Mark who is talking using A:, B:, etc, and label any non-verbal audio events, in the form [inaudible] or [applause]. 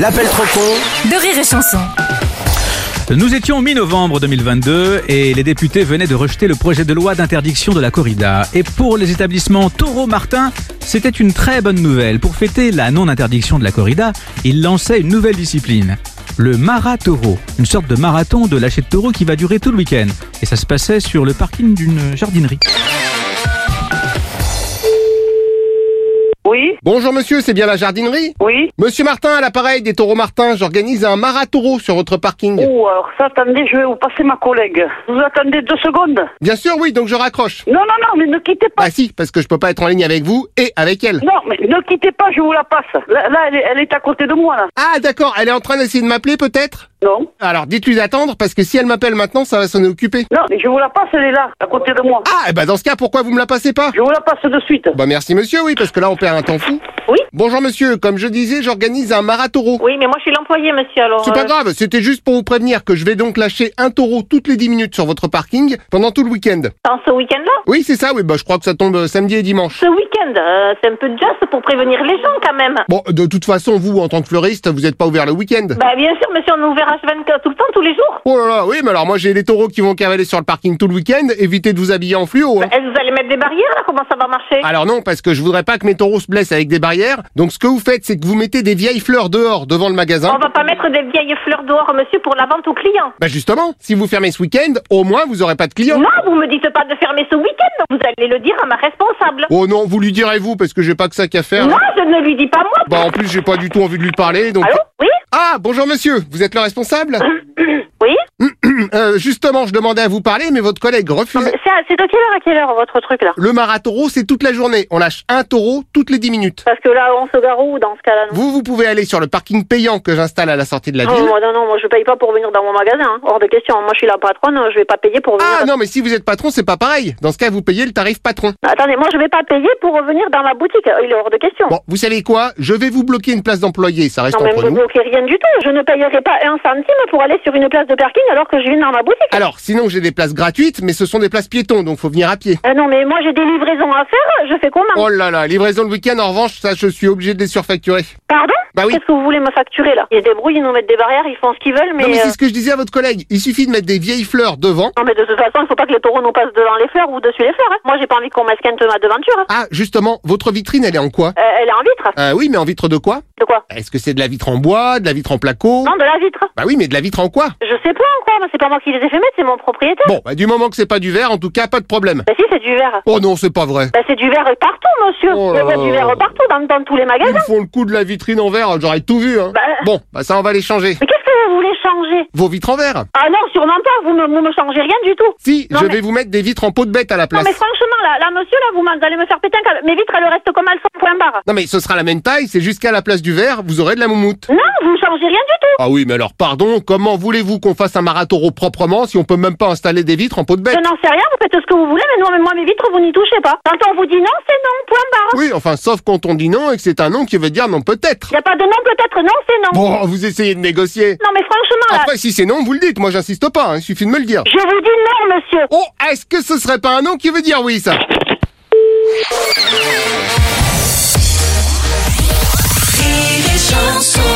A: L'appel trop con
B: de rire et chanson.
C: Nous étions mi-novembre 2022 et les députés venaient de rejeter le projet de loi d'interdiction de la corrida. Et pour les établissements Taureau-Martin, c'était une très bonne nouvelle. Pour fêter la non-interdiction de la corrida, ils lançaient une nouvelle discipline. Le marataureau, une sorte de marathon de lâcher de taureau qui va durer tout le week-end. Et ça se passait sur le parking d'une jardinerie.
D: Oui,
E: Bonjour monsieur, c'est bien la jardinerie
D: oui.
E: Monsieur Martin à l'appareil des taureaux Martin, j'organise un marataureau sur votre parking.
D: Ou alors ça, attendez, je vais vous passer ma collègue. Vous attendez deux secondes
E: Bien sûr oui, donc je raccroche.
D: Non, non, non, mais ne quittez pas.
E: Bah si, parce que je peux pas être en ligne avec vous et avec elle.
D: Non, mais ne quittez pas, je vous la passe. Là, là, elle, est, elle est à côté de moi, là.
E: Ah d'accord, elle est en train d'essayer de m'appeler peut-être
D: Non,
E: Alors dites-lui d'attendre parce que si elle m'appelle maintenant, ça va s'en occuper.
D: non, mais je vous la passe, elle est là, à côté de moi.
E: Ah et bah dans ce cas, pourquoi vous me la passez pas
D: Je vous la passe de suite.
E: Bah merci monsieur, oui, parce que là on perd un temps fou.
D: Oui.
E: Bonjour monsieur, comme je disais, j'organise un marataureau.
F: Oui, mais moi je suis l'employé, monsieur, alors.
E: C'est
F: euh,
E: pas grave, c'était juste pour vous prévenir que je vais donc lâcher un taureau toutes les 10 minutes sur votre parking pendant tout le week-end.
F: Dans ce week-end-là
E: Oui, c'est ça, oui, bah je crois que ça tombe euh, samedi et dimanche.
F: Ce week-end, euh, c'est un peu juste pour prévenir les gens quand même.
E: Bon, de toute façon, vous, en tant que fleuriste, vous n'êtes pas ouvert le week-end.
F: Bah bien sûr, monsieur, on est ouvert H24 tout le temps, tous les jours.
E: Oh là là, oui, mais alors moi j'ai les taureaux qui vont cavaler sur le parking tout le week-end, évitez de vous habiller en fluo. hein.
F: Est-ce que Eh, vous allez mettre des barrières là Comment ça va marcher
E: Alors non, parce que je voudrais pas que mes taureaux se blessent avec des barrières, donc ce que vous faites, c'est que vous mettez des vieilles fleurs dehors, devant le magasin.
F: On va pas mettre des vieilles fleurs dehors, monsieur, pour la vente aux clients.
E: Bah justement, si vous fermez ce week-end, au moins vous aurez pas de clients.
F: Non, vous me dites pas de fermer ce week-end. Vous allez le dire à ma responsable.
E: Oh non, vous lui direz vous, parce que j'ai pas que ça qu'à faire.
F: Moi, je ne lui dis pas moi.
E: Bah en plus, j'ai pas du tout envie de lui parler, donc...
F: Allô Oui
E: Ah, bonjour monsieur, vous êtes
F: [clears throat]
E: le responsable
F: Oui
E: Euh, Justement, je demandais à vous parler, mais votre collègue refuse.
F: C'est à- c'est de quelle heure à quelle heure votre truc là
E: Le marataureau, c'est toute la journée, on lâche un taureau toutes les 10 minutes.
F: Parce que là, on se garoue dans ce cas-là. non
E: Vous, vous pouvez aller sur le parking payant que j'installe à la sortie de la
F: Non,
E: ville.
F: moi, Oh, non, non, moi je paye pas pour venir dans mon magasin, hein. hors de question. Moi je suis la patronne, je vais pas payer pour venir.
E: Ah non, mais si vous êtes patron, c'est pas pareil. Dans ce cas, vous payez le tarif patron.
F: Attendez, moi je vais pas payer pour revenir dans ma boutique, il est hors de question.
E: Bon, vous savez quoi Je vais vous bloquer une place d'employé, ça reste
F: non, mais
E: entre
F: vous
E: nous.
F: bloquez rien du tout, je ne payerai pas un centime pour aller sur une place de parking alors que je viens dans ma boutique.
E: Alors, sinon, j'ai des places gratuites, mais ce sont des places piétons, donc faut venir à pied.
F: Ah non, mais moi j'ai des livraisons à faire, je fais comment
E: Oh là là, livraison le week-end, en revanche, ça, je suis obligé de les surfacturer.
F: Pardon
E: Bah oui.
F: Qu'est-ce que vous voulez me facturer là Ils se débrouillent, ils nous mettent des barrières, ils font ce qu'ils veulent, mais.
E: Non, mais
F: euh,
E: c'est ce que je disais à votre collègue. Il suffit de mettre des vieilles fleurs devant.
F: non, mais de toute façon, il faut pas que les taureaux nous passent devant les fleurs ou dessus les fleurs. hein. Moi j'ai pas envie qu'on m'esquinte ma devanture. hein.
E: Ah, justement, votre vitrine, elle est en quoi
F: Euh, elle est en vitre
E: Euh, oui, mais en vitre de quoi
F: De quoi
E: Est-ce que c'est de la vitre en bois, de la vitre en placo
F: Non, de la vitre.
E: Bah oui, mais de la vitre en quoi
F: Je sais pas encore, mais c'est pas moi qui les ai fait mettre, c'est mon propriétaire.
E: Bon, bah du moment que c'est pas du verre, en tout cas, pas de problème.
F: Bah si, c'est du verre.
E: Oh non, c'est pas vrai.
F: Bah c'est du verre partout, monsieur.
E: Oh
F: Je
E: là
F: vois
E: là
F: du
E: là
F: verre partout, dans, dans tous les
E: Ils me
F: magasins.
E: font le coup de la vitrine en verre, j'aurais tout vu. Hein.
F: Bah,
E: Bon, bah ça on va les changer.
F: mais qu'est-ce que vous voulez changer
E: Vos vitres en verre
F: Ah non, sûrement pas, vous ne me, me changez rien du tout.
E: Si,
F: Non,
E: je
F: mais-
E: vais vous mettre des vitres en peau de bête à la
F: Non
E: place.
F: mais franchement, là, là monsieur, là, vous m'en- vous allez me faire péter un câble. Mes vitres, elles restent comme elles sont, point barre.
E: Non mais ce sera la même taille, c'est jusqu'à la place du verre, vous aurez de la moumoute.
F: Non, vous ne changez rien du tout.
E: Ah oui, mais alors pardon, comment voulez-vous qu'on fasse un marataureau proprement si on peut même pas installer des vitres en peau de bête
F: Je n'en sais rien, vous faites ce que vous voulez, mais non, mais moi, mes vitres, vous n'y touchez pas. Quand on vous dit non, c'est non, point barre.
E: Oui, enfin sauf quand on dit non et que c'est un non qui veut dire non peut-être.
F: Il n'y a pas de non, peut-être non, c'est non.
E: Bon, vous essayez de négocier.
F: Non mais franchement, là,
E: Après si c'est non, vous le dites, moi j'insiste pas, hein, il suffit de me le dire.
F: je vous dis non, monsieur.
E: Oh, est-ce que ce serait pas un non qui veut dire oui ça
B: Rire et chanson.